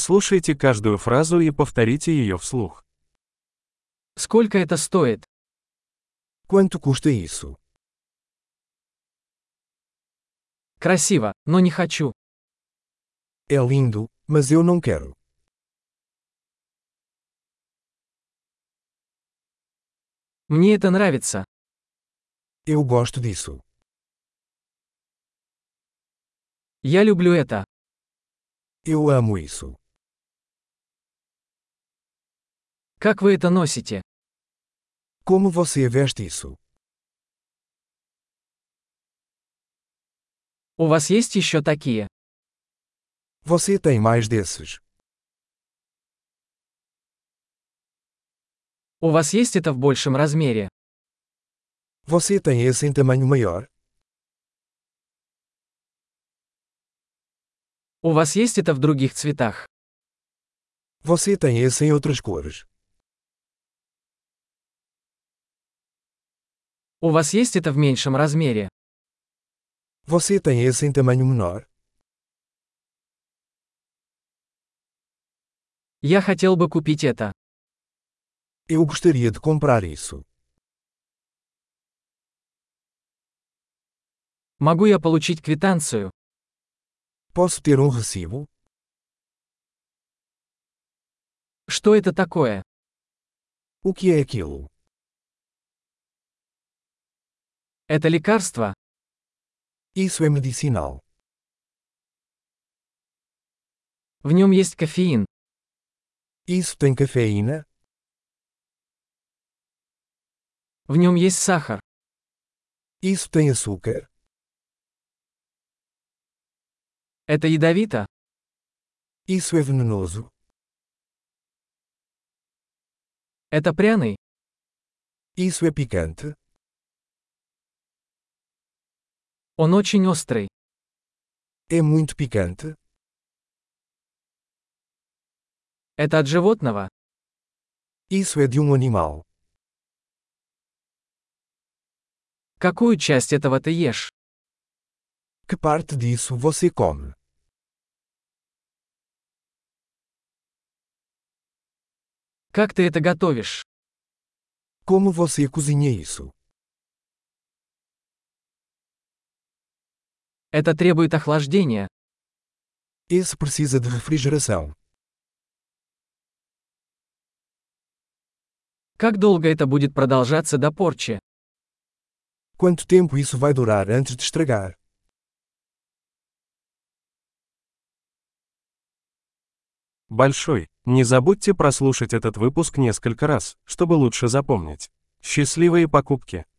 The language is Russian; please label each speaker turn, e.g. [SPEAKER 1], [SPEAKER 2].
[SPEAKER 1] Прослушайте каждую фразу и повторите ее вслух.
[SPEAKER 2] Сколько это стоит?
[SPEAKER 3] Quanto custa isso?
[SPEAKER 2] Красиво, но не хочу.
[SPEAKER 3] É lindo, mas eu não quero.
[SPEAKER 2] Мне это нравится.
[SPEAKER 3] Eu gosto disso.
[SPEAKER 2] Я люблю это.
[SPEAKER 3] Eu amo isso.
[SPEAKER 2] Как вы это носите?
[SPEAKER 3] Como você veste isso?
[SPEAKER 2] У вас есть еще такие?
[SPEAKER 3] Você tem mais desses?
[SPEAKER 2] У вас есть это в большем размере?
[SPEAKER 3] Você tem esse em tamanho maior?
[SPEAKER 2] У вас есть это в других цветах?
[SPEAKER 3] Você tem esse em outras cores?
[SPEAKER 2] У вас есть это в меньшем размере?
[SPEAKER 3] Você tem esse em tamanho menor?
[SPEAKER 2] Я хотел бы купить это.
[SPEAKER 3] Eu gostaria de comprar isso.
[SPEAKER 2] Могу я получить квитанцию?
[SPEAKER 3] Posso ter um recibo?
[SPEAKER 2] Что это такое?
[SPEAKER 3] O que é aquilo?
[SPEAKER 2] Это лекарство?
[SPEAKER 3] Isso é medicinal.
[SPEAKER 2] В нем есть кофеин.
[SPEAKER 3] Isso tem cafeína?
[SPEAKER 2] В нем есть сахар.
[SPEAKER 3] Isso tem açúcar?
[SPEAKER 2] Это ядовито?
[SPEAKER 3] Isso é venenoso?
[SPEAKER 2] Это пряный?
[SPEAKER 3] Isso é picante?
[SPEAKER 2] Он очень острый.
[SPEAKER 3] É muito picante?
[SPEAKER 2] Это от животного?
[SPEAKER 3] Isso é de um animal.
[SPEAKER 2] Какую часть этого ты ешь?
[SPEAKER 3] Que parte disso você come?
[SPEAKER 2] Как ты это готовишь?
[SPEAKER 3] Como você cozinha isso?
[SPEAKER 2] Это требует охлаждения.
[SPEAKER 3] Esse precisa de refrigeração.
[SPEAKER 2] Как долго это будет продолжаться до порчи?
[SPEAKER 3] Quanto tempo isso vai durar antes de estragar?
[SPEAKER 1] Большой. Не забудьте прослушать этот выпуск несколько раз, чтобы лучше запомнить. Счастливые покупки!